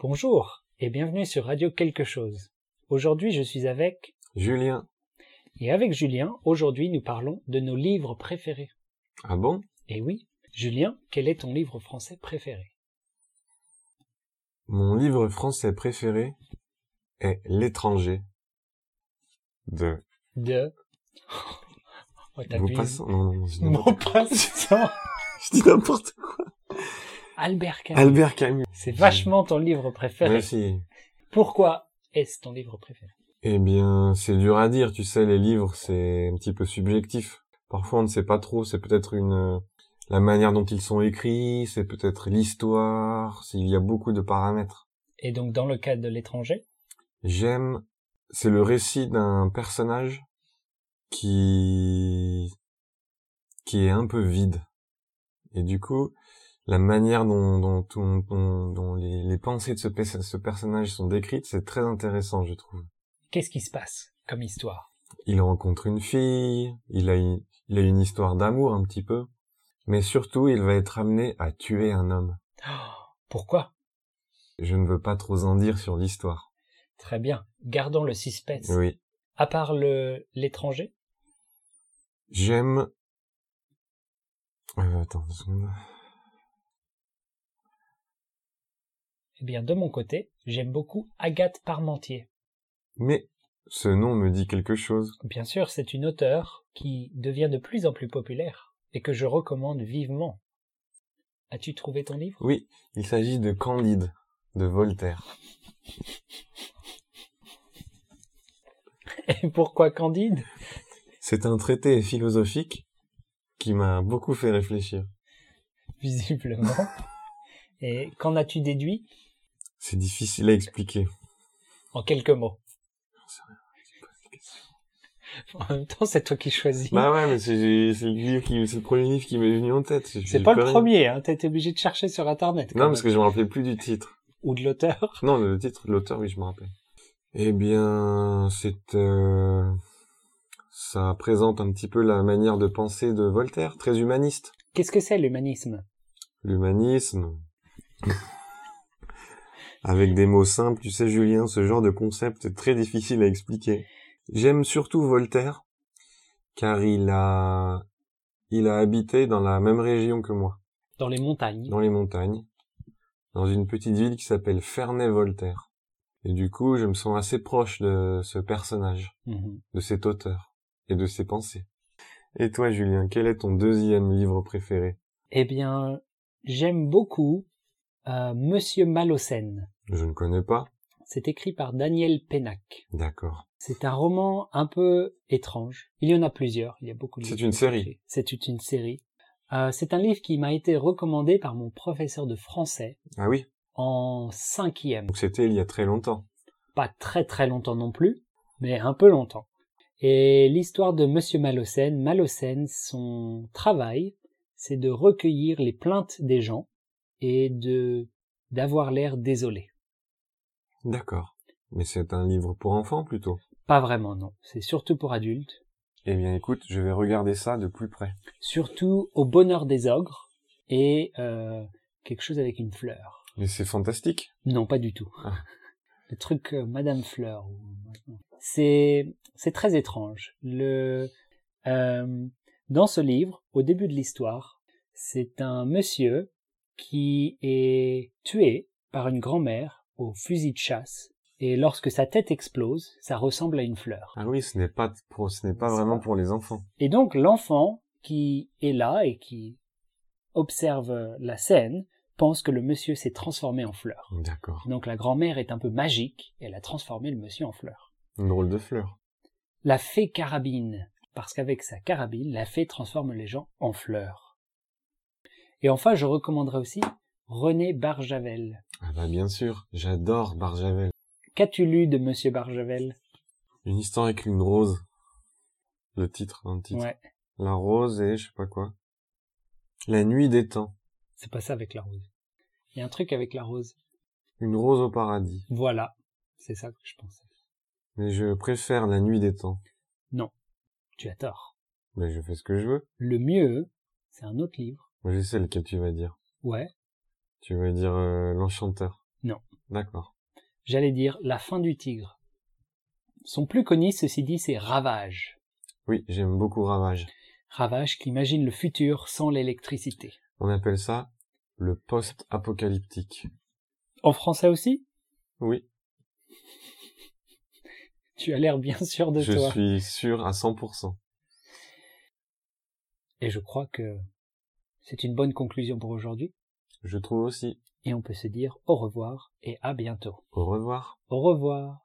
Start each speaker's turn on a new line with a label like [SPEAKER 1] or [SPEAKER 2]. [SPEAKER 1] Bonjour et bienvenue sur Radio Quelque chose. Aujourd'hui, je suis avec
[SPEAKER 2] Julien.
[SPEAKER 1] et avec Julien. Aujourd'hui, nous parlons de nos livres préférés.
[SPEAKER 2] Ah bon
[SPEAKER 1] Et oui, Julien, quel est ton livre français préféré
[SPEAKER 2] Mon livre français préféré est L'étranger de
[SPEAKER 1] De. Oh,
[SPEAKER 2] Vous
[SPEAKER 1] t'abuses.
[SPEAKER 2] passez Non, non, non, je dis n'importe-
[SPEAKER 1] Maupassant.
[SPEAKER 2] je dis n'importe quoi.
[SPEAKER 1] Albert Camus.
[SPEAKER 2] Albert Camus.
[SPEAKER 1] C'est vachement ton livre préféré.
[SPEAKER 2] Merci.
[SPEAKER 1] Pourquoi est-ce ton livre préféré
[SPEAKER 2] Eh bien, c'est dur à dire, tu sais, les livres, c'est un petit peu subjectif. Parfois, on ne sait pas trop, c'est peut-être une euh, la manière dont ils sont écrits, c'est peut-être l'histoire, s'il y a beaucoup de paramètres.
[SPEAKER 1] Et donc, dans le cas de l'étranger,
[SPEAKER 2] J'aime, c'est le récit d'un personnage qui, qui est un peu vide. Et du coup, la manière dont, dont, on- dont- dont les, les pensées de ce, pe- ce personnage sont décrites, c'est très intéressant, je trouve.
[SPEAKER 1] qu'est-ce qui se passe comme histoire
[SPEAKER 2] Il rencontre une fille, il a une, il a une histoire d'amour un petit peu, mais surtout, il va être amené à tuer un homme.
[SPEAKER 1] Oh, Pourquoi
[SPEAKER 2] Je ne veux pas trop en dire sur l'histoire.
[SPEAKER 1] Très bien. Gardons le suspense.
[SPEAKER 2] Oui.
[SPEAKER 1] À part le l'étranger,
[SPEAKER 2] J'aime. Euh, attends deux secondes.
[SPEAKER 1] eh bien, de mon côté, j'aime beaucoup Agathe Parmentier.
[SPEAKER 2] Mais ce nom me dit quelque chose.
[SPEAKER 1] Bien sûr, c'est une auteure qui devient de plus en plus populaire et que je recommande vivement. As-tu trouvé ton livre
[SPEAKER 2] Oui, il s'agit de Candide, de Voltaire.
[SPEAKER 1] Et pourquoi Candide
[SPEAKER 2] C'est un traité philosophique qui m'a beaucoup fait réfléchir.
[SPEAKER 1] Visiblement. Et qu'en as-tu déduit
[SPEAKER 2] C'est difficile à expliquer.
[SPEAKER 1] En quelques mots. En même temps, c'est toi qui choisis.
[SPEAKER 2] Bah ouais, mais c'est j'ai- c'est le livre qui, c'est le premier livre qui m'est venu en tête. J'ai-
[SPEAKER 1] c'est
[SPEAKER 2] j'ai
[SPEAKER 1] pas le
[SPEAKER 2] rien.
[SPEAKER 1] premier, hein. T'as été obligé de chercher sur Internet. quand
[SPEAKER 2] Non, parce
[SPEAKER 1] même.
[SPEAKER 2] que je me rappelais plus du titre.
[SPEAKER 1] Ou de l'auteur.
[SPEAKER 2] Non, le titre de l'auteur, oui, je me rappelle. Eh bien, c'est euh, ça présente un petit peu la manière de penser de Voltaire, très humaniste.
[SPEAKER 1] Qu'est-ce que c'est l'humanisme
[SPEAKER 2] l'humanisme. Avec des mots simples, tu sais Julien, ce genre de concept est très difficile à expliquer. J'aime surtout Voltaire, car il a, il a habité dans la même région que moi,
[SPEAKER 1] Dans les montagnes.
[SPEAKER 2] dans les montagnes, dans une petite ville qui s'appelle Ferney-Voltaire. Et du coup, je me sens assez proche de ce personnage,
[SPEAKER 1] Mhm.
[SPEAKER 2] de cet auteur, et de ses pensées. Et toi Julien, quel est ton deuxième livre préféré?
[SPEAKER 1] Eh bien, j'aime beaucoup euh, Monsieur Malocène.
[SPEAKER 2] Je ne connais pas.
[SPEAKER 1] C'est écrit par Daniel Pénac.
[SPEAKER 2] D'accord.
[SPEAKER 1] C'est un roman un peu étrange. Il y en a plusieurs. Il y a beaucoup de.
[SPEAKER 2] C'est
[SPEAKER 1] livres
[SPEAKER 2] une
[SPEAKER 1] qui sont
[SPEAKER 2] série.
[SPEAKER 1] écrits. C'est une une série. Euh, c'est un livre qui m'a été recommandé par mon professeur de français
[SPEAKER 2] Ah oui?
[SPEAKER 1] en cinquième.
[SPEAKER 2] Donc c'était il y a très longtemps.
[SPEAKER 1] Pas très très longtemps non plus, mais un peu longtemps. Et l'histoire de Monsieur Malocène. Malocène, son travail, c'est de recueillir les plaintes des gens et de d'avoir l'air désolé.
[SPEAKER 2] D'accord. Mais c'est un livre pour enfants plutôt.
[SPEAKER 1] Pas vraiment non. C'est surtout pour adultes.
[SPEAKER 2] Eh bien écoute, je vais regarder ça de plus près.
[SPEAKER 1] surtout au bonheur des ogres et euh, quelque chose avec une fleur.
[SPEAKER 2] Mais c'est fantastique.
[SPEAKER 1] Non, pas du tout.
[SPEAKER 2] Ah.
[SPEAKER 1] Le truc euh, Madame Fleur. ou- euh, C'est c'est très étrange. Le euh, dans ce livre, au début de l'histoire, c'est un monsieur qui est tué par une grand-mère au fusil de chasse. Et lorsque sa tête explose, ça ressemble à une fleur.
[SPEAKER 2] Ah oui, ce n'est pas pour, ce n'est pas
[SPEAKER 1] C'est
[SPEAKER 2] vraiment
[SPEAKER 1] pas-
[SPEAKER 2] pour les enfants.
[SPEAKER 1] Et donc l'enfant qui est là et qui observe la scène pense que le monsieur s'est transformé en fleur.
[SPEAKER 2] D'accord.
[SPEAKER 1] Donc la grand-mère est un peu magique, et elle a transformé le monsieur en fleur.
[SPEAKER 2] Une drôle de fleur.
[SPEAKER 1] La fée carabine, parce qu'avec sa carabine, la fée transforme les gens en fleurs. Et enfin, je recommanderais aussi René Barjavel.
[SPEAKER 2] Ah bah bien sûr, j'adore Barjavel.
[SPEAKER 1] Qu'as-tu lu de monsieur Barjavel
[SPEAKER 2] Une histoire avec une rose. Le titre, un titre.
[SPEAKER 1] Ouais,
[SPEAKER 2] La rose et je sais pas quoi. La nuit des temps.
[SPEAKER 1] c'est pas ça avec la rose. Il y a un truc avec la rose.
[SPEAKER 2] Une rose au paradis.
[SPEAKER 1] Voilà, c'est ça que je pensais.
[SPEAKER 2] Mais je préfère la nuit des temps.
[SPEAKER 1] Tu as tort.
[SPEAKER 2] Mais je fais ce que je veux.
[SPEAKER 1] Le mieux, c'est un autre livre.
[SPEAKER 2] Moi je sais lequel tu vas dire.
[SPEAKER 1] Ouais,
[SPEAKER 2] Tu vas dire euh, l'enchanteur. D'accord.
[SPEAKER 1] J'allais dire La fin du tigre. Son plus connu, ceci dit, c'est Ravage.
[SPEAKER 2] Oui, j'aime beaucoup Ravage.
[SPEAKER 1] Ravage qui imagine le futur sans l'électricité.
[SPEAKER 2] On appelle ça le post-apocalyptique.
[SPEAKER 1] En français aussi
[SPEAKER 2] Oui,
[SPEAKER 1] Tu as l'air bien sûr de
[SPEAKER 2] je
[SPEAKER 1] toi.
[SPEAKER 2] suis sûr à 100%.
[SPEAKER 1] Et je crois que c'est une bonne conclusion pour aujourd'hui.
[SPEAKER 2] Je trouve aussi.
[SPEAKER 1] Et on peut se dire au revoir et à bientôt.
[SPEAKER 2] Au revoir.
[SPEAKER 1] Au revoir.